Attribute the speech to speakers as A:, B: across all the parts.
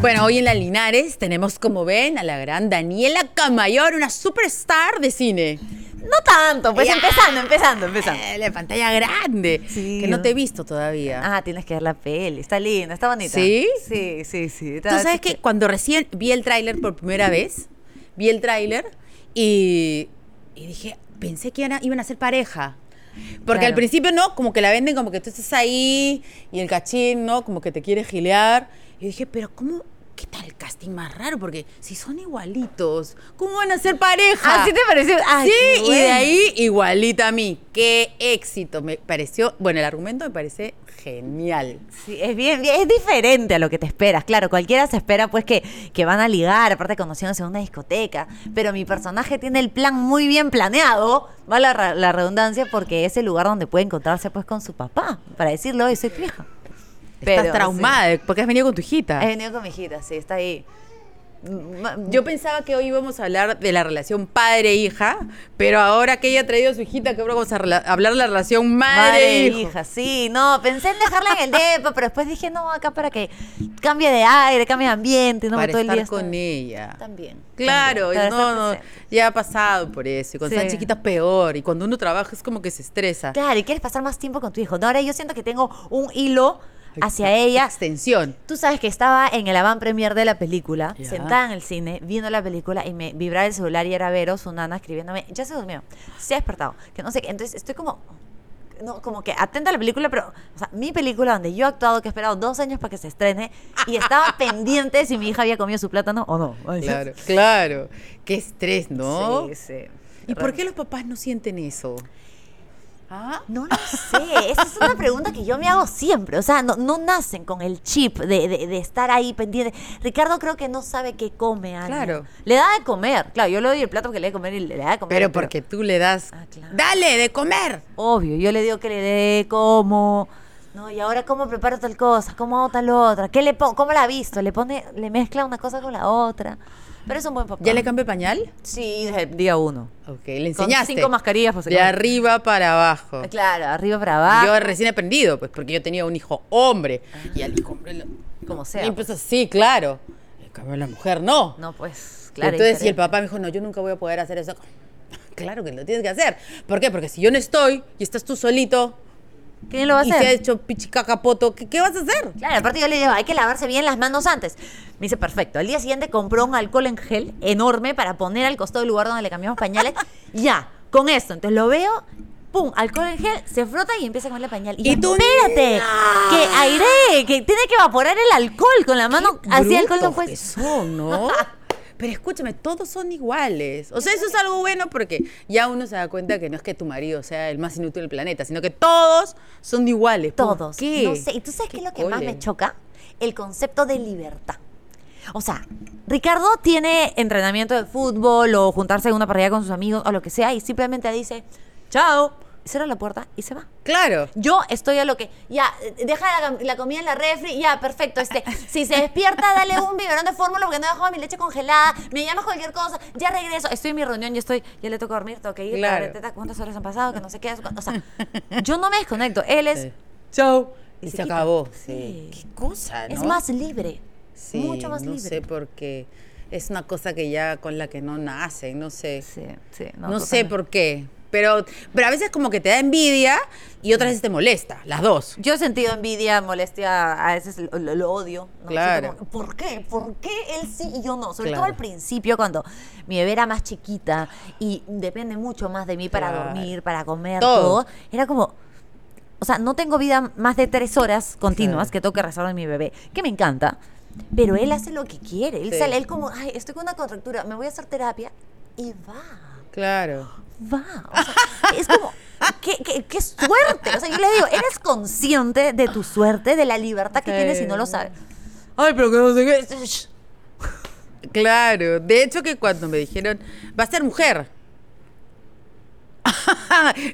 A: Bueno, hoy en La Linares tenemos, como ven, a la gran Daniela Camayor, una superstar de cine.
B: No tanto, pues
A: Ya.
B: empezando, empezando, empezando.
A: Eh, la pantalla grande,
B: Sí.
A: que no te he visto todavía.
B: Ah, tienes que ver la peli. Está linda, está bonita.
A: ¿Sí?
B: Sí, sí, sí.
A: Tú sabes que cuando recién vi el tráiler por primera vez, vi el tráiler y, y dije, pensé que era- iban a ser pareja. Porque al
B: Claro.
A: principio no, como que la venden como que tú estás ahí y el cachín, ¿no? Como que te quiere gilear. Y dije, pero ¿cómo? ¿Qué tal casting más raro? Porque si son igualitos, ¿cómo van a ser pareja?
B: Así Ah, te pareció. Ay,
A: sí,
B: qué
A: y de
B: bueno.
A: ahí igualita a mí. Qué éxito. Me pareció, bueno, el argumento me parece genial.
B: Sí, es bien, bien- es diferente a lo que te esperas. Claro, cualquiera se espera pues que, que van a ligar, aparte conociéndose en una discoteca. Pero mi personaje tiene el plan muy bien planeado, va la, ra- la redundancia, porque es el lugar donde puede encontrarse pues con su papá. Para decirlo, hoy soy vieja.
A: Estás traumada porque has venido con tu hijita.
B: He venido con mi hijita, sí, está ahí. Mm, Ma-
A: Yo pensaba que hoy íbamos a hablar de la relación padre-hija, pero ahora que ella ha traído a su hijita, que ahora vamos a rela- hablar de la relación
B: Madre,
A: madre-hijo.
B: hija, sí, no, pensé en dejarla en el depa, pero después dije, no, acá para que cambie de aire, cambie de ambiente, no
A: para
B: me todo el
A: estar
B: día.
A: con
B: estar-
A: ella.
B: También.
A: Claro,
B: también, para
A: no,
B: estar
A: no,
B: presente.
A: ya ha pasado por eso. Y cuando
B: Sí.
A: están chiquitas, peor. Y cuando uno trabaja es como que se estresa.
B: Claro, y quieres pasar más tiempo con tu hijo. No, ahora yo siento que tengo un hilo hacia ella.
A: Extensión.
B: Tú sabes que estaba en el avant premier de la película,
A: Ya.
B: sentada en el cine, viendo la película y me vibraba el celular y era Vero, su nana, escribiéndome, ya se durmió, se ha despertado, que no sé qué. Entonces estoy como, no, como que atenta a la película, pero, o sea, mi película donde yo he actuado, que he esperado dos años para que se estrene y estaba pendiente si mi hija había comido su plátano o no. Ay, sí.
A: Claro, claro. Qué estrés, ¿no?
B: Sí, sí.
A: ¿Y por qué los papás no sienten eso? ¿Ah?
B: No lo sé, esa es una pregunta que yo me hago siempre, o sea, no, no nacen con el chip de, de- de estar ahí pendiente. Ricardo creo que no sabe qué come, Ana.
A: Claro.
B: Le da de comer, claro, yo le doy el plato porque le da de comer y le da de comer.
A: Pero porque tú le das.
B: Ah, claro.
A: ¡Dale, de comer!
B: Obvio, yo le digo que le dé como, no, y ahora cómo preparo tal cosa, cómo hago tal otra, ¿Qué le pon- ¿cómo la ha visto? Le pone, le mezcla una cosa con la otra. Pero es un buen papá.
A: ¿Ya le cambió el pañal?
B: Sí, desde el día uno.
A: Ok, le
B: Con
A: enseñaste.
B: cinco mascarillas, pues, se
A: De
B: come.
A: arriba para abajo.
B: Claro, arriba para abajo.
A: Yo recién he aprendido, pues, porque yo tenía un hijo hombre. Y al hijo hombre. lo-
B: Como sea,
A: Y empezó sí, claro. En cambio, la mujer no.
B: pues. No, pues, claro.
A: Entonces, y el
B: diferente.
A: papá me dijo, no, yo nunca voy a poder hacer eso. Claro que lo tienes que hacer. ¿Por qué? Porque si yo no estoy y estás tú solito
B: ¿Quién lo va a
A: y
B: hacer?
A: se ha hecho pichicaca poto, ¿qué, qué vas a hacer?
B: Claro, aparte yo le digo, hay que lavarse bien las manos antes. Me dice, perfecto. Al día siguiente compró un alcohol en gel enorme para poner al costado del lugar donde le cambiamos pañales. ya, con esto. Entonces lo veo, pum, alcohol en gel, se frota y empieza a comer la pañal. Y,
A: Y
B: yo,
A: tú,
B: espérate,
A: ¡no!
B: que aire, que tiene que evaporar el alcohol con la mano. Así alcohol no
A: Brutos que
B: puedes.
A: son, ¿no? Pero escúchame, todos son iguales. O sea, eso es algo bueno porque ya uno se da cuenta que no es que tu marido sea el más inútil del planeta, sino que todos son iguales. ¿Por
B: Todos.
A: qué?
B: No sé. ¿Y tú sabes qué es lo que más
A: cole?
B: me choca? El concepto de libertad. O sea, Ricardo tiene entrenamiento de fútbol o juntarse en una parrilla con sus amigos o lo que sea y simplemente dice, chao, cierra la puerta y se va.
A: Claro.
B: Yo estoy a lo que, ya, eh, deja la, la comida en la refri, ya, perfecto. Este, si se despierta, dale un biberón de fórmula porque no he dejado mi leche congelada, me llamas cualquier cosa, ya regreso, estoy en mi reunión, ya estoy, ya le toca dormir, tengo que ir,
A: Claro.
B: tarde, teta, cuántas horas han pasado, que no sé qué, o sea, yo no me desconecto, él es...
A: Sí. Chau.
B: Y
A: Y se,
B: se quita.
A: acabó.
B: Sí.
A: Qué cosa, ¿no?
B: Es más libre.
A: Sí,
B: mucho más
A: no
B: libre.
A: sé por qué. Es una cosa que ya con la que no nacen, no sé.
B: Sí, sí,
A: No, sé por qué. Pero, pero a veces como que te da envidia y otras veces te molesta, las dos.
B: Yo he sentido envidia, molestia, a veces lo, lo- lo odio. ¿no?
A: Claro.
B: Siento como, ¿Por qué? ¿Por qué él sí y yo no? Sobre
A: Claro.
B: todo al principio, cuando mi bebé era más chiquita y depende mucho más de mí para
A: Claro.
B: dormir, para comer,
A: Todo.
B: todo. Era como, o sea, no tengo vida más de tres horas continuas
A: Claro.
B: que tengo que rezar a mi bebé, que me encanta, pero él hace lo que quiere. Él
A: Sí.
B: sale, él como, ay, estoy con una contractura, me voy a hacer terapia y va.
A: Claro.
B: va. o sea, es como, ¿qué, qué, qué suerte. O sea, yo le digo, eres consciente de tu suerte, de la libertad que
A: Sí.
B: tienes y no lo sabes. Ay, pero que no sé qué.
A: Claro, de hecho que cuando me dijeron, va a ser mujer.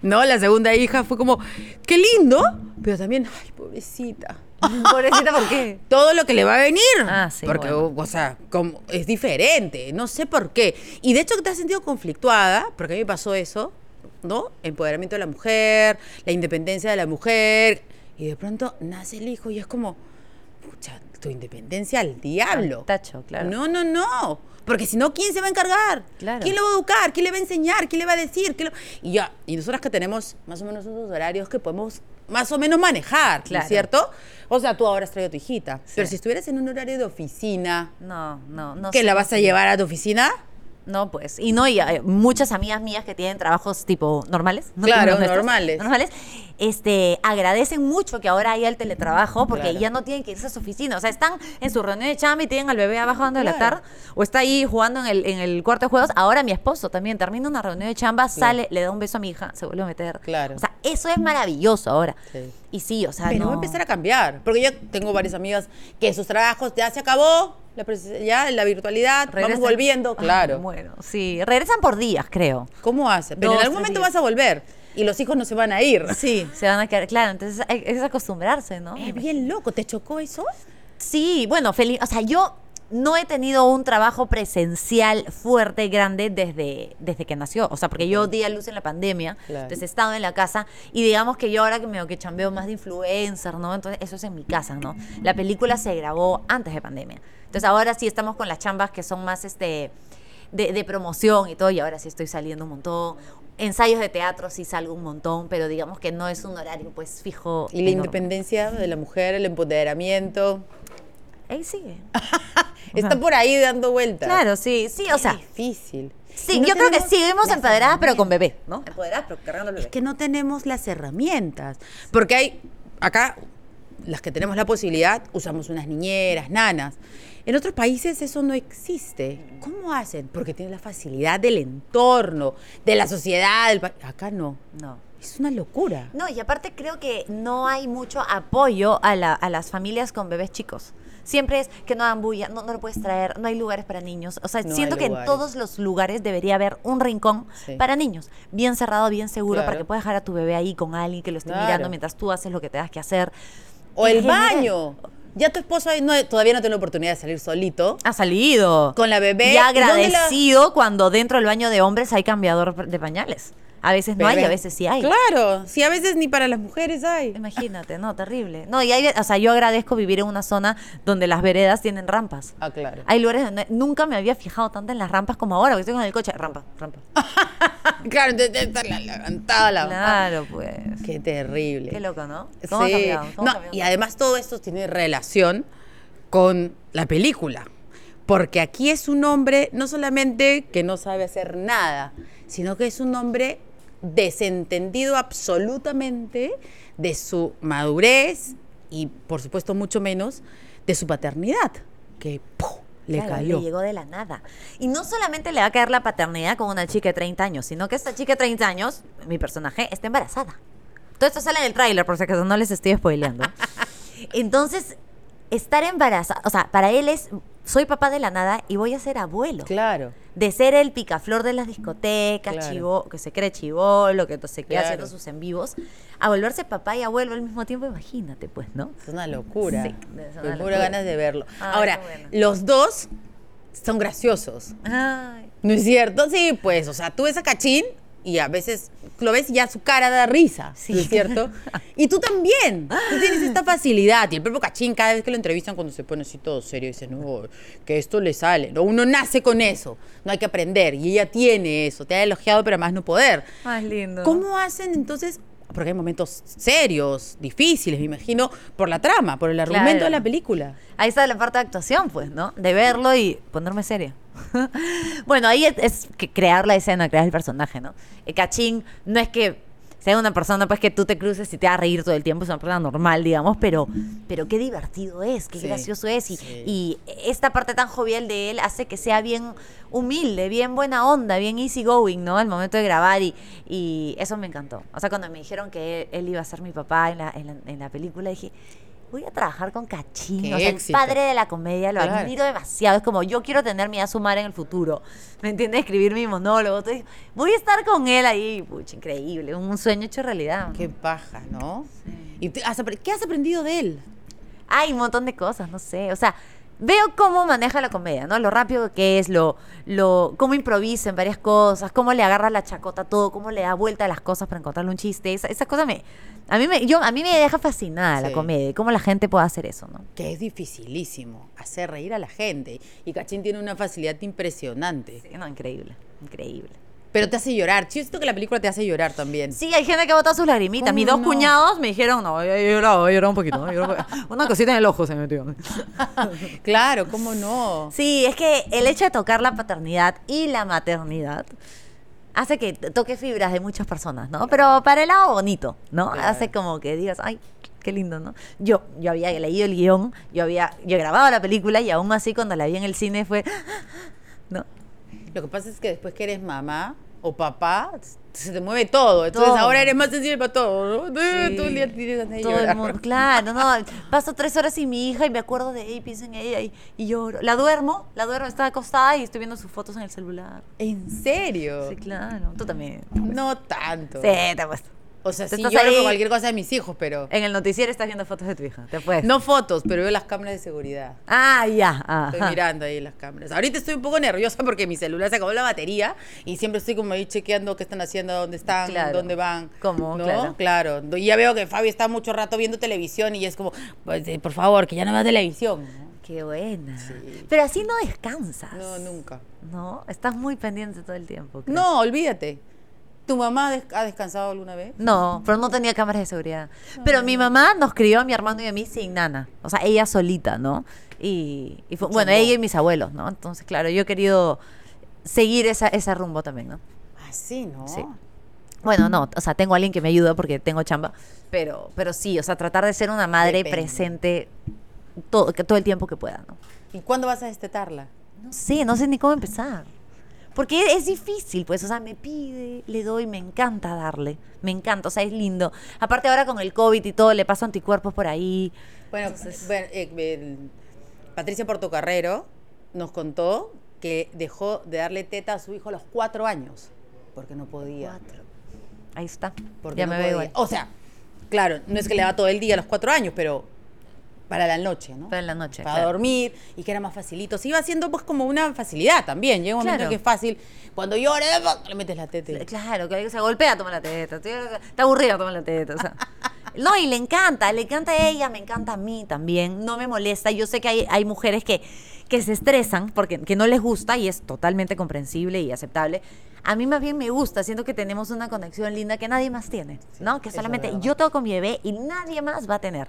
A: no, la segunda hija fue como, qué lindo, pero también, ay, pobrecita.
B: Pobrecita, ¿por qué?
A: Todo lo que le va a venir.
B: Ah, sí,
A: Porque,
B: bueno.
A: o sea, como, es diferente, no sé por qué. Y de hecho que te has sentido conflictuada, porque a mí me pasó eso, ¿no? Empoderamiento de la mujer, la independencia de la mujer. Y de pronto nace el hijo y es como, pucha, tu independencia al diablo.
B: Tacho, claro.
A: No, no, no. Porque si no, ¿quién se va a encargar?
B: Claro.
A: ¿Quién lo va a educar? ¿Quién le va a enseñar? ¿Quién le va a decir? ¿Quién lo- Y ya, y nosotras que tenemos más o menos unos horarios que podemos más o menos manejar, ¿no es
B: Claro.
A: cierto? O sea, tú ahora has traído a tu hijita, pero
B: Sí.
A: si estuvieras en un horario de oficina,
B: No, no, no.
A: ¿que
B: sé,
A: la
B: no
A: vas a
B: sé.
A: llevar a tu oficina?
B: No, pues. Y no, y hay muchas amigas mías que tienen trabajos tipo normales. ¿no?
A: Claro,
B: Como nuestros,
A: normales.
B: Normales. Este, agradecen mucho que ahora haya el teletrabajo porque
A: Claro.
B: ya no tienen que irse a su oficina. O sea, están en su reunión de chamba y tienen al bebé abajo dando la
A: Claro.
B: tarde o está ahí jugando en el, en el cuarto de juegos. Ahora mi esposo también termina una reunión de chamba, sale, le da un beso a mi hija, se vuelve a meter.
A: Claro.
B: O sea, eso es maravilloso ahora.
A: Sí.
B: Y sí, o sea,
A: Pero
B: Ah, no.
A: va a empezar a cambiar, porque yo tengo varias amigas que sus trabajos ya se acabó, la presen- ya la virtualidad,
B: Regresan-
A: vamos volviendo,
B: Ay,
A: claro.
B: Ah, Bueno, sí. Regresan por días, creo.
A: ¿Cómo hace? Pero
B: Dos,
A: en algún
B: tres
A: momento
B: días.
A: vas a volver y los hijos no se van a ir.
B: Sí, se van a quedar, claro, entonces hay- es acostumbrarse, ¿no?
A: Es bien loco, ¿te chocó eso?
B: Sí, bueno, feliz, o sea, yo no he tenido un trabajo presencial fuerte, grande desde, desde que nació, o sea, porque yo di a luz en la pandemia,
A: Claro.
B: entonces he estado en la casa y digamos que yo ahora que medio que chambeo más de influencer, ¿no? Entonces eso es en mi casa, ¿no? La película se grabó antes de pandemia, entonces ahora sí estamos con las chambas que son más, este, de, de promoción y todo, y ahora sí estoy saliendo un montón. Ensayos de teatro sí salgo un montón, pero digamos que no es un horario pues fijo.
A: Y la
B: enorme.
A: independencia de la mujer, el empoderamiento,
B: Ahí sigue.
A: Ah, está por ahí dando vueltas.
B: Claro, sí, sí, o sea,
A: Qué difícil.
B: sí,
A: No
B: yo creo que
A: tenemos
B: seguimos
A: las
B: empoderadas, pero con
A: herramientas.
B: bebé, ¿no? Empoderadas, pero cargando el
A: Es que no tenemos las herramientas, porque hay acá las que tenemos la posibilidad usamos unas niñeras, nanas. En otros países eso no existe. ¿Cómo hacen? Porque tienen la facilidad del entorno, de la sociedad, del pa- acá no.
B: No.
A: Es una locura.
B: No, y aparte creo que no hay mucho apoyo a, la- a las familias con bebés chicos. Siempre es que no hagan bulla, no, no lo puedes traer, no hay lugares para niños. O sea,
A: No
B: siento
A: hay
B: que en
A: lugares.
B: todos los lugares debería haber un rincón
A: Sí.
B: para niños, bien cerrado, bien seguro, para
A: Claro.
B: que puedas dejar a tu bebé ahí con alguien que lo esté
A: Claro.
B: mirando mientras tú haces lo que tengas que hacer.
A: O
B: En
A: el
B: general,
A: baño. Ya tu esposo ahí no- todavía no tiene la oportunidad de salir solito.
B: Ha salido.
A: Con la bebé.
B: Y
A: ¿Y dónde la-
B: agradecido cuando dentro del baño de hombres hay cambiador de pañales. A veces no hay,
A: Pero-
B: a veces sí hay.
A: Claro, sí, a veces ni para las mujeres hay.
B: Imagínate, no, terrible. No, y hay, o sea, yo agradezco vivir en una zona donde las veredas tienen rampas.
A: Ah, claro.
B: Hay lugares donde nunca me había fijado tanto en las rampas como ahora, porque estoy con el coche, rampa, rampa.
A: Claro, entonces debe estar la- levantada la
B: Claro, pues.
A: Qué terrible.
B: Qué loco, ¿no? ¿Cómo ha
A: Sí.
B: cambiado? ¿Cómo ha
A: No,
B: cambiado?
A: y además todo esto tiene relación con la película. Porque aquí es un hombre no solamente que no sabe hacer nada, sino que es un hombre desentendido absolutamente de su madurez y, por supuesto, mucho menos de su paternidad, que ¡puf! le
B: Claro,
A: cayó.
B: Le llegó de la nada. Y no solamente le va a caer la paternidad con una chica de 30 años, sino que esta chica de 30 años, mi personaje, está embarazada. Todo esto sale en el tráiler, por si acaso no les estoy spoileando. Entonces, estar embarazada, o sea, para él es, soy papá de la nada y voy a ser abuelo.
A: Claro.
B: De ser el picaflor de las discotecas,
A: Claro.
B: chivo, que se cree chivolo, que no sé qué,
A: Claro.
B: haciendo sus en vivos, a volverse papá y abuelo al mismo tiempo, imagínate, pues, ¿no?
A: Es una locura.
B: Sí,
A: Sí,
B: es una
A: pura
B: locura.
A: ganas de verlo.
B: Ay,
A: Ahora,
B: qué bueno.
A: los dos son graciosos.
B: Ay.
A: ¿No es cierto? Sí, pues, o sea, tú ves a Cachín y a veces lo ves y ya su cara da risa,
B: Sí. Ah.
A: ¿no es cierto? Y tú también, tú tienes esta facilidad. Y el propio Cachín, cada vez que lo entrevistan, cuando se pone así todo serio, dice, no, que esto le sale. No, uno nace con eso, no hay que aprender. Y ella tiene eso, te ha elogiado, pero más no poder.
B: Más lindo.
A: ¿Cómo hacen entonces? Porque hay momentos serios, difíciles, me imagino, por la trama, por el argumento
B: Claro.
A: de la película.
B: Ahí está la parte de actuación, pues, ¿no? De verlo y ponerme seria. bueno, ahí es, es que crear la escena, crear el personaje, ¿no? El cachín no es que sea una persona pues que tú te cruces y te va a reír todo el tiempo, es una persona normal, digamos, pero, pero qué divertido es, qué
A: Sí,
B: gracioso es. Y,
A: sí.
B: y esta parte tan jovial de él hace que sea bien humilde, bien buena onda, bien easy going, ¿no? Al momento de grabar y, y eso me encantó. O sea, cuando me dijeron que él, él iba a ser mi papá en la, en la, en la película, dije... Voy a trabajar con Cachín,
A: Qué
B: o sea, el
A: éxito.
B: padre de la comedia, lo
A: Claro.
B: admiro demasiado. Es como, yo quiero tener mi Asumar en el futuro. ¿Me entiendes? Escribir mi monólogo. Entonces, voy a estar con él ahí. Pucha, increíble. Un sueño hecho realidad.
A: Qué paja, ¿no? ¿Y te- has apre- qué has aprendido de él?
B: Hay un montón de cosas, no sé. O sea, veo cómo maneja la comedia, ¿no? Lo rápido que es, lo, lo, cómo improvisa en varias cosas, cómo le agarra la chacota a todo, cómo le da vuelta a las cosas para encontrarle un chiste. Esa, esa cosa me, a mí me, yo, a mí me deja fascinada la
A: Sí.
B: comedia y cómo la gente puede hacer eso, ¿no?
A: Que es dificilísimo hacer reír a la gente. Y Cachín tiene una facilidad impresionante.
B: Sí, no, increíble, increíble.
A: Pero te hace llorar. Yo siento que la película te hace llorar también.
B: Sí, hay gente que ha botado sus lagrimitas. Mis
A: ¿Cómo
B: dos
A: no?
B: cuñados me dijeron, no, yo he llorado, he llorado un poquito, ¿no? He llorado un poquito. Una cosita en el ojo se me metió.
A: Claro, ¿cómo no?
B: Sí, es que el hecho de tocar la paternidad y la maternidad hace que t- toque fibras de muchas personas, ¿no? Pero para el lado bonito, ¿no?
A: Claro.
B: Hace como que digas, ay, qué lindo, ¿no? Yo, yo había leído el guión, yo había, yo grababa la película y aún así cuando la vi en el cine fue, ¿no?
A: Lo que pasa es que después que eres mamá o papá, se te mueve todo. Entonces
B: Todo.
A: ahora eres más sensible para todo, ¿no? Todo el día tienes ganas de
B: Todo el
A: llorar.
B: mundo, claro, no, paso tres horas sin mi hija y me acuerdo de ella y pienso en ella y, y lloro. La duermo, la duermo, está acostada y estoy viendo sus fotos en el celular.
A: ¿En serio?
B: Sí, claro, tú también.
A: No tanto.
B: Pues, Sí, te apuesto.
A: O sea,
B: Tú
A: sí
B: estás
A: lloro por
B: ahí.
A: cualquier cosa de mis hijos, pero...
B: En el noticiero estás viendo fotos de tu hija, te puedes.
A: No fotos, pero veo las cámaras de seguridad.
B: Ah, ya.
A: Estoy
B: ajá.
A: mirando ahí las cámaras. Ahorita estoy un poco nerviosa porque mi celular se acabó la batería y siempre estoy como ahí chequeando qué están haciendo, dónde están,
B: Claro.
A: dónde van.
B: ¿Cómo?
A: ¿No?
B: Claro.
A: Claro. Y ya veo que Fabi está mucho rato viendo televisión y es como, pues, eh, por favor, que ya no vea televisión. ¿no?
B: Qué buena.
A: Sí.
B: Pero así no descansas.
A: No, nunca.
B: No, estás muy pendiente todo el tiempo. creo.
A: No, olvídate. ¿Tu mamá des- ha descansado alguna vez?
B: No, pero no tenía cámaras de seguridad. Pero mi mamá nos crió a mi hermano y a mí sin nana. O sea, ella solita, ¿no? Y, y fue- bueno,
A: Chambó.
B: ella y mis abuelos, ¿no? Entonces, claro, yo he querido seguir esa, esa rumbo también, ¿no?
A: Así, ¿no?
B: Ah, Sí. Bueno, no, o sea, tengo a alguien que me ayuda porque tengo chamba, pero, pero sí, o sea, tratar de ser una madre
A: Depende.
B: presente todo, que- todo el tiempo que pueda, ¿no?
A: ¿Y cuándo vas a destetarla?
B: No sé, no sé ni cómo empezar. Porque es difícil, pues, o sea, me pide, le doy, me encanta darle, me encanta, o sea, es lindo. Aparte ahora con el COVID y todo, le paso anticuerpos por ahí.
A: Bueno, bueno, eh, el- Patricia Portocarrero nos contó que dejó de darle teta a su hijo a los cuatro años porque no podía.
B: Cuatro. Ahí está.
A: Porque
B: ya
A: no
B: me veo
A: podía.
B: igual.
A: O sea, claro, no es que le va todo el día a los cuatro años, pero para la noche, ¿no?
B: Para la noche.
A: Para
B: claro.
A: dormir y que era más facilito. Se iba haciendo pues como una facilidad también. Llega un momento
B: Claro.
A: que es fácil. Cuando llore, le metes la teta. y-
B: Claro, que alguien se golpea, toma la teta. Estoy- Está aburrida, toma la teta. o sea. No, y le encanta, le encanta a ella, me encanta a mí también. No me molesta. Yo sé que hay, hay mujeres que, que se estresan porque que no les gusta y es totalmente comprensible y aceptable. A mí más bien me gusta, siento que tenemos una conexión linda que nadie más tiene, ¿no? Que
A: eso es
B: solamente
A: verdad.
B: yo tengo con mi bebé y nadie más va a tener.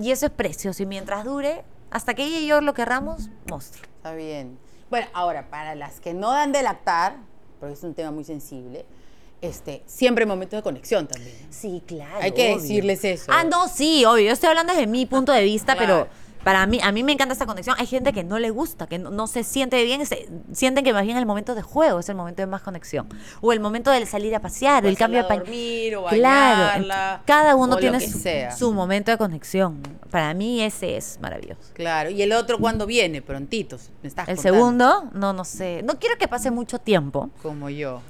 B: Y eso es precioso. Y mientras dure, hasta que ella y yo lo querramos, monstruo.
A: Está bien. Bueno, ahora, para las que no dan de lactar, porque es un tema muy sensible, este, siempre hay momentos de conexión también.
B: Sí, claro.
A: Hay que
B: obvio.
A: decirles eso.
B: Ah, no, sí, obvio. Yo estoy hablando desde mi punto de vista,
A: Claro.
B: pero para mí, a mí me encanta esta conexión. Hay gente que no le gusta, que no, no se siente bien, se- sienten que más bien el momento de juego es el momento de más conexión. O el momento del salir a pasear, o el cambio de
A: Pasarla a
B: pañal.
A: dormir o
B: Claro,
A: bañarla,
B: cada uno
A: o lo
B: tiene
A: que
B: su,
A: sea.
B: su momento de conexión. Para mí ese es maravilloso.
A: Claro. ¿Y el otro cuándo viene? Prontito. Me estás
B: El
A: contando.
B: segundo, no, no sé. No quiero que pase mucho tiempo.
A: Como yo.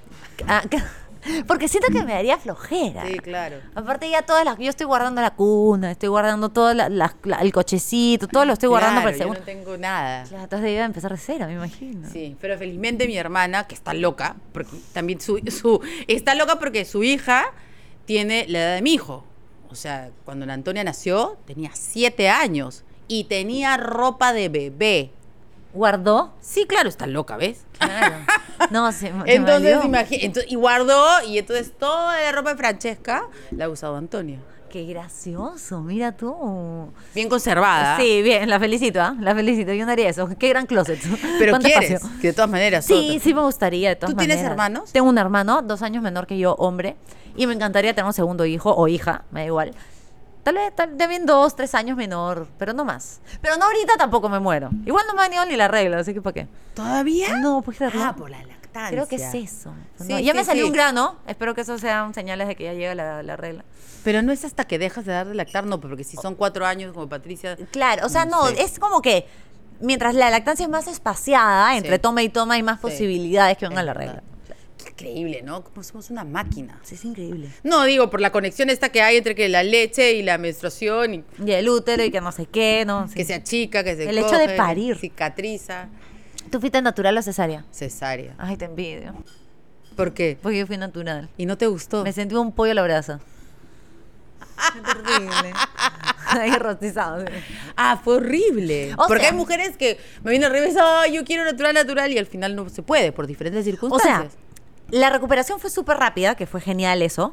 B: Ah, Porque siento que me daría flojera.
A: Sí, claro.
B: Aparte ya todas las... Yo estoy guardando la cuna, estoy guardando todo el cochecito, todo lo estoy guardando para el
A: Claro, yo
B: segundo.
A: no tengo nada.
B: Claro, entonces iba a empezar de cero, me imagino.
A: Sí, pero felizmente mi hermana, que está loca, porque también su, su- está loca porque su hija tiene la edad de mi hijo. O sea, cuando la Antonia nació, tenía siete años y tenía ropa de bebé.
B: ¿Guardó?
A: Sí, claro, está loca, ¿ves?
B: Claro. No, se, se me
A: Entonces,
B: olvidó.
A: imagi- ento- y guardó, y entonces toda la ropa de Francesca la ha usado Antonia.
B: Qué gracioso, mira tú.
A: Bien conservada.
B: Sí, bien, la felicito, ¿ah? La felicito, yo no haría eso. Qué gran closet.
A: Pero
B: ¿Cuánto
A: quieres,
B: espacio?
A: que de todas maneras.
B: Sí,
A: otra.
B: sí me gustaría, de todas
A: ¿Tú tienes
B: maneras.
A: hermanos?
B: Tengo un hermano, dos años menor que yo, hombre, y me encantaría tener un segundo hijo o hija, me da igual. Tal vez tal, también dos, tres años menor, pero no más. Pero no ahorita tampoco me muero. Igual no me ha venido ni la regla, así que ¿para qué?
A: ¿Todavía?
B: No, pues claro.
A: Ah, por la lactancia.
B: Creo que es eso. No,
A: Sí,
B: ya
A: sí,
B: me salió
A: sí.
B: un grano, espero que eso sean señales de que ya llega la, la regla.
A: Pero no es hasta que dejas de dar de lactar, no, porque si son cuatro años como Patricia.
B: Claro, o sea, no,
A: sé.
B: es como que mientras la lactancia es más espaciada, entre
A: Sí.
B: toma y toma hay más
A: Sí.
B: posibilidades que venga
A: Es
B: la
A: verdad.
B: regla.
A: qué increíble, ¿no? Como somos una máquina.
B: Sí, es increíble.
A: No, digo, por la conexión esta que hay entre que la leche y la menstruación, y
B: Y el útero y que no sé qué, no sé.
A: que se achica, que se
B: El hecho de
A: coge,
B: parir.
A: Cicatriza,
B: ¿Tú fuiste natural o cesárea?
A: cesárea.
B: Ay, te envidio.
A: ¿Por qué?
B: Porque yo fui natural.
A: ¿Y no te gustó?
B: Me sentí un pollo a la brasa. Terrible. Ahí rostizado. sí.
A: Ah, fue horrible.
B: O
A: Porque
B: sea-
A: hay mujeres que me vienen al revés, "Ay, yo quiero natural, natural, y al final no se puede por diferentes
B: O sea,
A: circunstancias.
B: la recuperación fue súper rápida, que fue genial eso.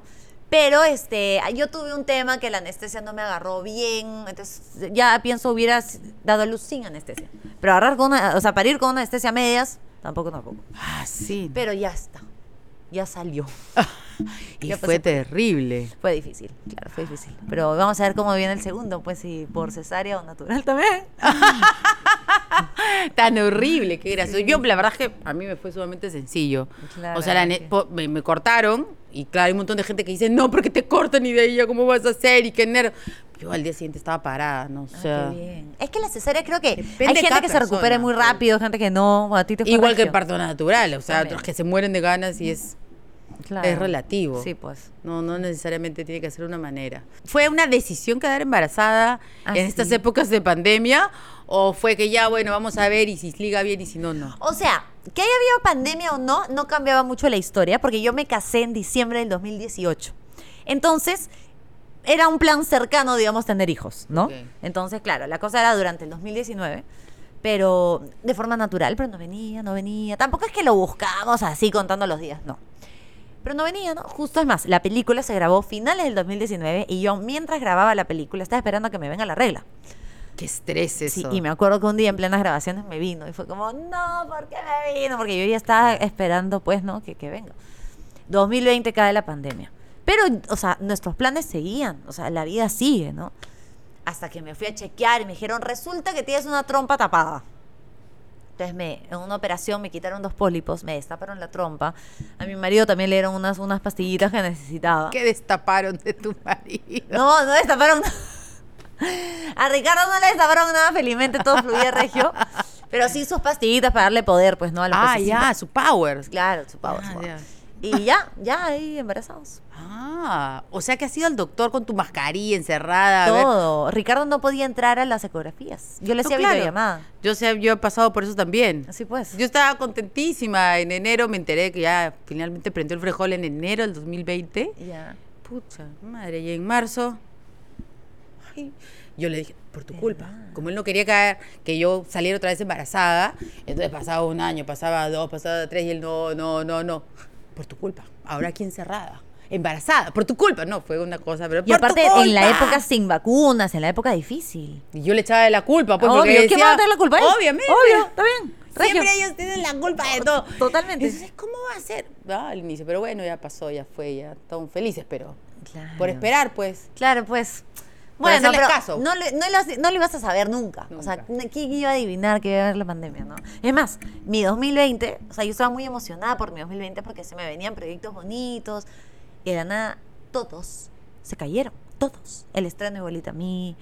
B: Pero este, yo tuve un tema que la anestesia no me agarró bien. Entonces, ya pienso hubieras dado a luz sin anestesia. Pero agarrar con una, o sea, parir con una anestesia a medias, tampoco, tampoco.
A: ah, sí.
B: Pero ya está. Ya salió.
A: y
B: ya
A: fue
B: pasó.
A: terrible.
B: Fue difícil, claro, fue difícil. Pero vamos a ver cómo viene el segundo, pues si por cesárea o natural también.
A: Tan horrible, qué gracioso. Yo, la verdad es que a mí me fue sumamente sencillo.
B: Claro,
A: o sea, la ne-
B: sí.
A: po- me, me cortaron y claro, hay un montón de gente que dice, no, porque te cortan y de ahí ya, ¿cómo vas a hacer? Y qué nervio. Yo al día siguiente estaba parada, no sé.
B: Ah, qué bien. Es que la cesárea creo que
A: Depende
B: hay
A: de
B: gente
A: cada
B: que se recupera
A: persona,
B: muy
A: pues.
B: rápido, gente que no, a ti te fue
A: Igual que el
B: regio.
A: parto natural, o sea,
B: También.
A: otros que se mueren de ganas y es...
B: Claro.
A: es relativo.
B: Sí, pues.
A: No, no necesariamente tiene que ser una manera. ¿Fue una decisión quedar embarazada
B: Ah,
A: en estas
B: sí.
A: épocas de pandemia? ¿O fue que ya, bueno, vamos a ver y si liga bien y si no, no?
B: O sea, que haya habido pandemia o no, no cambiaba mucho la historia, porque yo me casé en diciembre del 2018. Entonces, era un plan cercano, digamos, tener hijos, ¿no?
A: Ok.
B: Entonces, claro, la cosa era durante el 2019, pero de forma natural, pero no venía, no venía. Tampoco es que lo buscamos así contando los días, no. Pero no venía, ¿no? Justo es más, la película se grabó finales del 2019 y yo mientras grababa la película estaba esperando a que me venga la regla.
A: Qué estrés
B: Sí,
A: eso.
B: y me acuerdo que un día en plenas grabaciones me vino y fue como, no, ¿por qué me vino? Porque yo ya estaba esperando, pues, ¿no? Que, que venga. 2020 cae la pandemia. Pero, o sea, nuestros planes seguían, o sea, la vida sigue, ¿no? Hasta que me fui a chequear y me dijeron, resulta que tienes una trompa tapada. Entonces, me, en una operación me quitaron dos pólipos, me destaparon la trompa. A mi marido también le dieron unas, unas pastillitas que necesitaba.
A: ¿Qué destaparon de tu marido?
B: No, no destaparon nada. A Ricardo no le destaparon nada, felizmente todo fluía regio. Pero sí sus pastillitas para darle poder, pues, ¿no? A los
A: Ah,
B: pececitos.
A: ya, su power.
B: Claro, su pavo, su
A: Ah,
B: pavo.
A: ya.
B: Y ya, ya ahí embarazados.
A: Ah, o sea que has ido al doctor con tu mascarilla encerrada. a ver.
B: Todo. Ricardo no podía entrar a las ecografías. Yo le
A: No,
B: hacía
A: claro.
B: videollamada.
A: Yo sé, yo he pasado por eso también.
B: Así pues.
A: Yo estaba contentísima. En enero me enteré que ya finalmente prendió el frijol en enero del 2020.
B: Ya.
A: Pucha, madre, y en marzo. ay, yo le dije, por tu culpa. Como él no quería caer, que yo saliera otra vez embarazada, entonces pasaba un año, pasaba dos, pasaba tres, y él no, no, no, no. Por tu culpa. Ahora aquí encerrada. Embarazada, por tu culpa. No, fue una cosa, pero.
B: Y
A: por tu
B: aparte, en la
A: culpa.
B: época sin vacunas, en la época difícil.
A: Y yo le echaba de la culpa, pues, porque
B: Obvio, ¿quién
A: decía,
B: va a tener la culpa? Él.
A: Obviamente.
B: Obvio, está bien. Regio.
A: Siempre ellos tienen la culpa de todo.
B: Totalmente.
A: Entonces, ¿cómo va a ser? Ah, al inicio, pero bueno, ya pasó, ya fue, ya están felices, pero
B: Claro.
A: por esperar, pues.
B: Claro, pues.
A: Por
B: Bueno,
A: hacerles
B: pero
A: caso.
B: No, le- no, lo, no lo ibas a saber nunca. O sea, ¿quién iba a adivinar que iba a haber la pandemia, no? Es más, mi 2020, o sea, yo estaba muy emocionada por mi 2020 porque se me venían proyectos bonitos y de la nada todos se cayeron, todos. El estreno de Igualita a mí,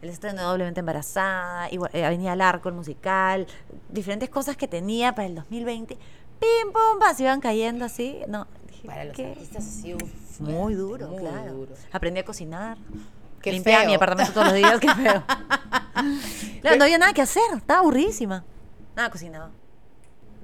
B: el estreno de Doblemente Embarazada, igual, eh, Avenida al Arco, el musical, diferentes cosas que tenía para el 2020, pim, pum, pam, se iban cayendo así. No, dije,
A: Para los
B: ¿qué?
A: artistas ha sido fuerte,
B: Muy duro,
A: muy
B: claro.
A: duro.
B: Aprendí a cocinar.
A: Qué
B: limpiaba
A: feo.
B: mi apartamento todos los días, qué feo. Claro, no había nada que hacer, estaba aburridísima. Nada cocinaba.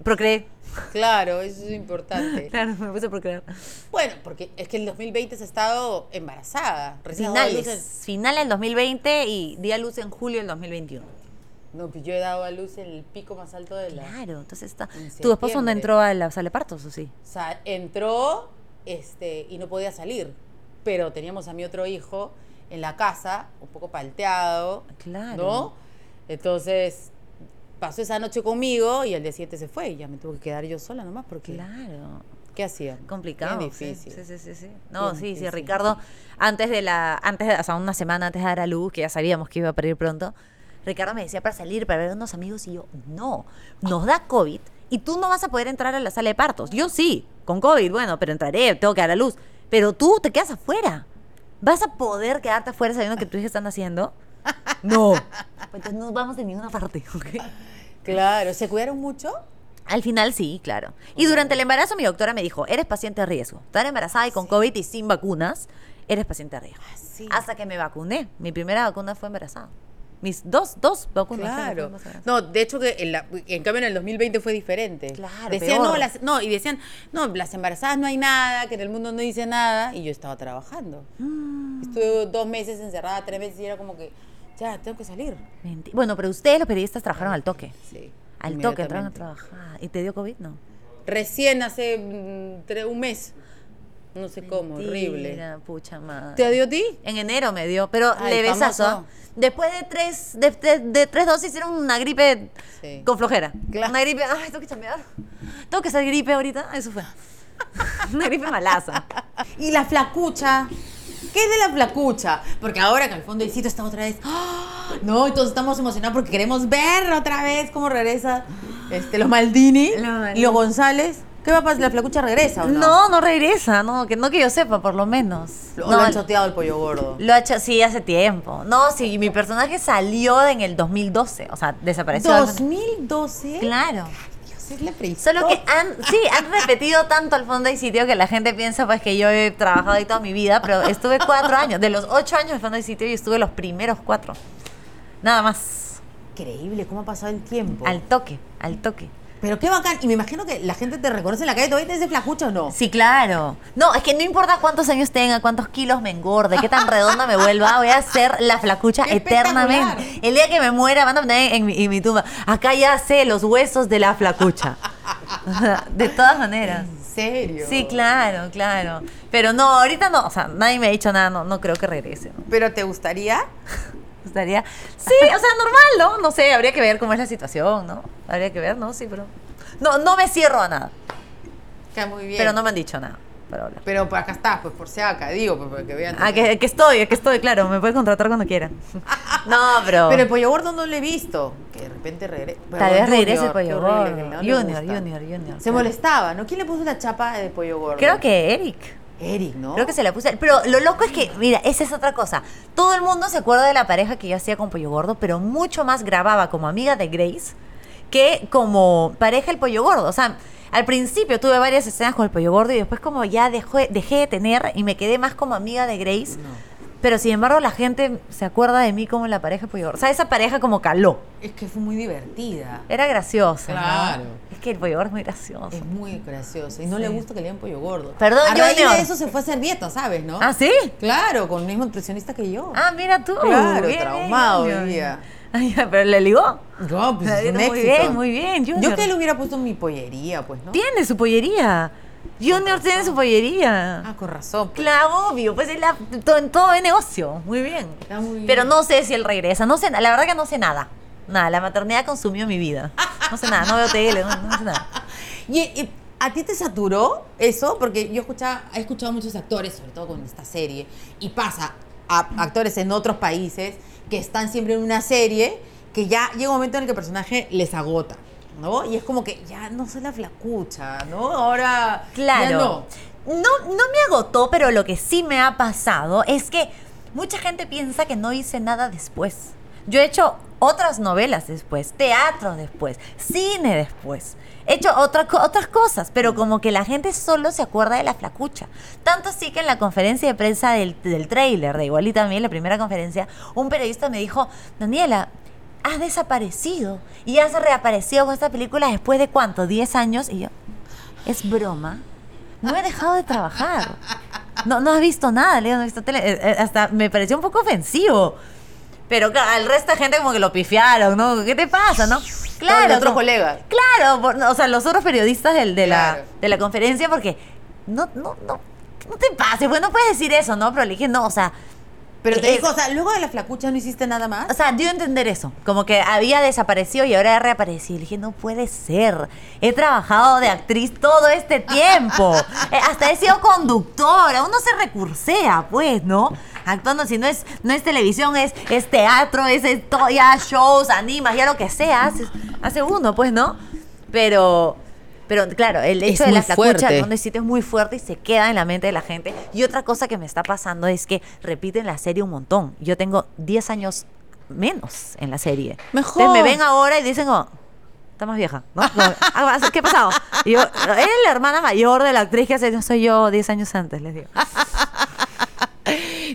B: Procreé.
A: Claro, eso es importante.
B: Claro, me puse a procrear.
A: Bueno, porque es que el 2020 has estado embarazada. Recién has dado a luz
B: Finales. Finales del 2020 y di a luz en julio del 2021.
A: en- No, pues yo he dado a luz en el pico más alto de la...
B: Claro, entonces está.
A: En
B: ¿Tu esposo no
A: septiembre.
B: entró a la sala de partos o sí?
A: O sea, entró este, y no podía salir. Pero teníamos a mi otro hijo en la casa, un poco palteado.
B: Claro.
A: ¿No? Entonces, pasó esa noche conmigo y al día siguiente se fue. Y ya me tuve que quedar yo sola nomás porque...
B: Claro.
A: ¿Qué hacía?
B: Complicado.
A: Bien
B: sí,
A: difícil.
B: Sí, sí, sí, sí. No,
A: Bien
B: sí, sí,
A: difícil.
B: Ricardo, antes de la, antes de, o sea, una semana antes de dar a luz, que ya sabíamos que iba a parir pronto, Ricardo me decía para salir, para ver a unos amigos, y yo, no, nos da COVID y tú no vas a poder entrar a la sala de partos. Yo sí, con COVID, bueno, pero entraré, tengo que dar a luz. Pero tú te quedas afuera. ¿Vas a poder quedarte afuera sabiendo que tus hijas están haciendo? Pues No. Entonces no vamos de ninguna parte, ¿ok?
A: Claro, ¿se cuidaron mucho?
B: Al final sí, claro. Y durante el embarazo mi doctora me dijo, eres paciente de riesgo. Estar embarazada y con COVID y sin vacunas, eres paciente de riesgo.
A: Ah, sí.
B: Hasta que me vacuné. Mi primera vacuna fue embarazada. Mis dos, dos vacunas. fueron
A: Claro.
B: vacunas embarazadas.
A: No, de hecho que en, la- en cambio en el 2020 fue diferente.
B: Claro,
A: Decían,
B: peor.
A: no, las, no, y decían, no, las embarazadas no hay nada, que en el mundo no dice nada. Y yo estaba trabajando. Estuve dos meses encerrada, tres meses, y era como que, ya, tengo que salir.
B: Menti- Bueno, pero ustedes los periodistas trabajaron al toque.
A: Sí.
B: Al toque entraron a
A: inmediatamente.
B: trabajar. ¿Y te dio COVID? No.
A: Recién hace mm, tre- un mes. No sé cómo, horrible.
B: Mira, pucha madre.
A: ¿Te dio a ti?
B: En enero me dio, pero
A: Ah, el
B: le besazo.
A: famoso.
B: Después de tres, de, de- de tres dosis hicieron una gripe
A: Sí.
B: con flojera.
A: Claro.
B: Una gripe, ay, tengo que chambear. Tengo que hacer gripe ahorita. Eso fue. una gripe malaza.
A: Y la flacucha. ¿Qué es de la flacucha? Porque ahora que al fondo del sitio está otra vez. ¡ah! No, y todos estamos emocionados porque queremos ver otra vez cómo regresa este, los Maldini
B: Los Maldini.
A: y los González. ¿Qué va a pasar? ¿La flacucha regresa o no?
B: No, no regresa, no, que no que yo sepa, por lo menos.
A: Lo,
B: no,
A: lo han choteado el pollo gordo.
B: lo ha hecho, sí, hace tiempo. No, sí, mi personaje salió en el 2012, o sea, desapareció.
A: ¿2012?
B: Claro.
A: Dios, es la prehistoria.
B: Solo que han, sí, han repetido tanto al fondo y sitio que la gente piensa pues que yo he trabajado ahí toda mi vida, pero estuve cuatro años, de los ocho años al fondo y sitio y estuve los primeros cuatro. Nada más,
A: Increíble cómo ha pasado el tiempo.
B: al toque, al toque.
A: Pero qué bacán. Y me imagino que la gente te reconoce en la calle. ¿Todavía te dice flacucha o no?
B: Sí, claro. No, es que no importa cuántos años tenga, cuántos kilos me engorde, qué tan redonda me vuelva, voy a ser la flacucha
A: Qué
B: eternamente.
A: espectacular.
B: El día que me muera, van a poner en mi, en mi tumba. Acá ya sé los huesos de la flacucha. De todas maneras.
A: ¿En serio?
B: Sí, claro, claro. Pero no, ahorita no, o sea, nadie me ha dicho nada, no, no creo que regrese. ¿no?
A: ¿Pero te gustaría?
B: Estaría, sí, o sea, normal, ¿no? No sé, habría que ver cómo es la situación, ¿no? Habría que ver, ¿no? Sí, pero... No, no me cierro a nada,
A: Está muy bien.
B: pero no me han dicho nada. Para hablar.
A: Pero por acá estás, pues por si acá, digo, pues para que vean.
B: Ah, que, que estoy, que estoy, claro, me puede contratar cuando quieran. No, bro.
A: Pero el pollo gordo no lo he visto. Que de repente regrese.
B: Tal vez regrese el pollo gordo. Junior,
A: Junior,
B: Junior, Junior,
A: Se
B: claro.
A: molestaba, ¿no? ¿Quién le puso la chapa de pollo gordo?
B: Creo que Eric.
A: Eric, ¿no?
B: Creo que se la puse. Pero lo loco es que, mira, esa es otra cosa. Todo el mundo se acuerda de la pareja que yo hacía con Pollo Gordo, pero mucho más grababa como amiga de Grace que como pareja el Pollo Gordo. O sea, al principio tuve varias escenas con el Pollo Gordo y después como ya dejó- dejé de tener y me quedé más como amiga de Grace. Pero sin embargo la gente se acuerda de mí como la pareja Pollo Gordo. O sea, esa pareja como caló.
A: Es que fue muy divertida.
B: Era graciosa. ¿no?
A: Claro.
B: Es que el Pollo Gordo es muy gracioso.
A: Es muy graciosa. Y no le gusta que le den pollo gordo.
B: Perdón,
A: A raíz
B: Junior.
A: de eso se fue a hacer dieta, ¿sabes, no?
B: ¿Ah, sí?
A: Claro, con el mismo nutricionista que yo.
B: Ah, mira tú.
A: Claro,
B: bien,
A: traumado
B: bien,
A: vivía.
B: Ay, ya, pero le ligó.
A: No, pues es un
B: Muy
A: éxito.
B: bien, muy bien, Junior.
A: Yo que le hubiera puesto mi pollería, pues, ¿no?
B: Tiene su pollería. Junior tiene su pollería.
A: Ah, con razón. pues.
B: Claro, obvio, pues es la, todo, en todo es negocio. Muy bien.
A: Está muy bien.
B: Pero no sé si él regresa. No sé, na- la verdad que no sé nada. Nada, la maternidad consumió mi vida. No sé nada, no veo tele, no, no sé nada.
A: ¿Y, y a ti te saturó eso? Porque yo escuchaba, he escuchado a muchos actores, sobre todo con esta serie, y pasa a actores en otros países que están siempre en una serie que ya llega un momento en el que el personaje les agota, ¿no? Y es como que ya no soy la flacucha, ¿no? Ahora
B: Claro.
A: ya no.
B: no, no me agotó, pero lo que sí me ha pasado es que mucha gente piensa que no hice nada después. Yo he hecho otras novelas después, teatro después, cine después. He hecho otra co- otras cosas, pero como que la gente solo se acuerda de la flacucha. Tanto así que en la conferencia de prensa del, del tráiler de Igualita también, la primera conferencia, un periodista me dijo, Daniela, has desaparecido y has reaparecido con esta película después de cuánto, 10 años. Y yo, es broma. No he dejado de trabajar. No, no has visto nada, Leo, no he visto tele. Eh, eh, Hasta me pareció un poco ofensivo. Pero claro, al resto de gente como que lo pifiaron, ¿no? ¿Qué te pasa, no? Claro.
A: los otros
B: como-
A: colegas.
B: Claro, por- o sea, los otros periodistas del- de,
A: Claro.
B: la, de la conferencia, porque no, no, no, no te pases, pues no puedes decir eso, ¿no? Pero le dije, no, o sea,
A: Pero te
B: Es-
A: dijo, o sea, luego de la flacucha no hiciste nada más.
B: o sea, dio a entender eso. Como que había desaparecido y ahora ha reaparecido. Y le dije, no puede ser. He trabajado de actriz todo este tiempo. Eh, hasta he sido conductora. Uno se recursea, pues, ¿no? Actuando, si no es, no es televisión, es, es teatro, es, es to- ya shows, animas, ya lo que sea. Hace, hace uno, pues, ¿no? Pero. Pero claro, el
A: Es
B: hecho de
A: muy
B: la flacucha
A: fuerte.
B: ¿no? el sitio es muy fuerte y se queda en la mente de la gente. Y otra cosa que me está pasando es que repiten la serie un montón. Yo tengo 10 años menos en la serie.
A: Mejor.
B: Entonces me ven ahora y dicen, oh, está más vieja, ¿no? Como, "Ah, ¿Qué ha pasado? Y yo, eres la hermana mayor de la actriz que hace, no soy yo 10 años antes, les digo. Ah,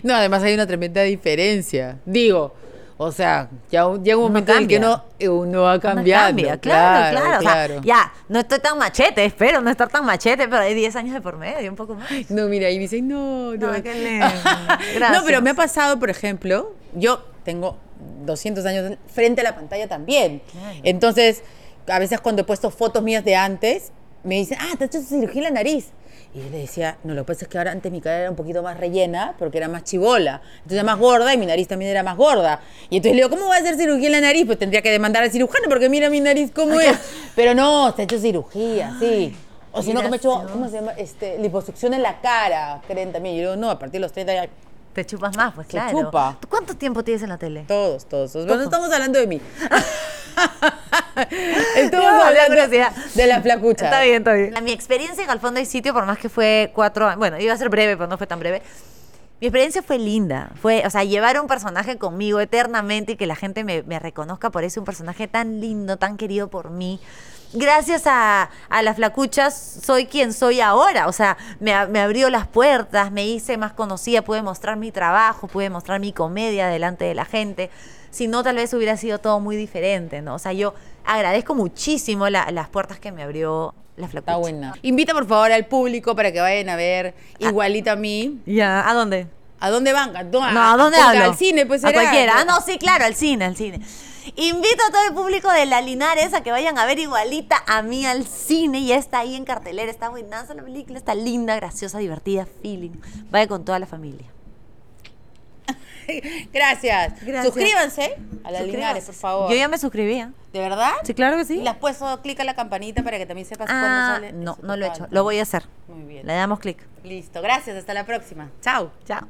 A: No, además hay una tremenda diferencia. Digo, o sea, ya un- llega un
B: Uno
A: momento en el que
B: cambia.
A: uno, eh, uno va
B: Uno
A: cambiando.
B: cambia, claro, claro. o sea,
A: claro.
B: ya, no estoy tan machete, espero no estar tan machete, pero hay 10 años de por medio, un poco más.
A: No, mira, y me dicen, no, no.
B: No, qué lindo. Gracias.
A: no, pero me ha pasado, por ejemplo, yo tengo 200 años frente a la pantalla también.
B: Claro.
A: Entonces, a veces cuando he puesto fotos mías de antes, me dicen, ah, te has hecho cirugía en la nariz. Y yo le decía, no, lo que pasa es que ahora antes mi cara era un poquito más rellena porque era más chivola. Entonces era más gorda y mi nariz también era más gorda. Y entonces le digo, ¿cómo voy a hacer cirugía en la nariz? Pues tendría que demandar al cirujano porque mira mi nariz cómo es. Pero no, se ha hecho cirugía, sí. O si no, que me he hecho,
B: mira,
A: ¿cómo se llama? Este, liposucción en la cara, creen también. Y yo, no, a partir de los 30 ya
B: Te chupas más, pues
A: Se
B: claro.
A: chupa.
B: ¿Tú cuánto tiempo tienes en la tele?
A: todos, todos. Bueno,
B: Todos.
A: estamos hablando de mí. estamos
B: Ya me dio
A: hablando
B: curiosidad.
A: de la flacucha.
B: ah. Está bien, está bien. La- Mi experiencia en Al fondo hay sitio, por más que fue cuatro años, bueno, iba a ser breve, pero no fue tan breve. Mi experiencia fue linda. Fue, o sea, llevar un personaje conmigo eternamente y que la gente me, me reconozca por eso, un personaje tan lindo, tan querido por mí. Gracias a, a las flacuchas soy quien soy ahora. O sea, me, a- me abrió las puertas, me hice más conocida, pude mostrar mi trabajo, pude mostrar mi comedia delante de la gente. Si no, tal vez hubiera sido todo muy diferente, ¿no? O sea, yo agradezco muchísimo la- las puertas que me abrió la flacucha.
A: Está buena. Invita por favor al público para que vayan a ver
B: Ah.
A: igualito a mí.
B: Ya, ¿a dónde?
A: ¿A dónde van? ¿A dónde-
B: No, ¿a dónde
A: Puta,
B: hablo?
A: Ah, Al cine, pues
B: A
A: será.
B: cualquiera. Ah, no, sí, claro, al cine, al cine. Invito a todo el público de La Linares a que vayan a ver igualita a mí al cine. Ya está ahí en cartelera, está buenaza la película, está linda, graciosa, divertida, feeling. Vaya con toda la familia.
A: Gracias.
B: Gracias.
A: Suscríbanse a la
B: Suscríbanse.
A: Linares, por favor.
B: Yo ya me ¿eh? suscribía.
A: ¿De verdad?
B: Sí, claro que sí.
A: Y las puesto, clic a la campanita para que también sepas cuándo
B: Ah,
A: sale.
B: no,
A: Eso
B: no
A: te
B: lo he hecho.
A: falta.
B: Lo voy a hacer.
A: Muy bien.
B: Le damos clic.
A: Listo. Gracias. Hasta la próxima. Chao.
B: Chao.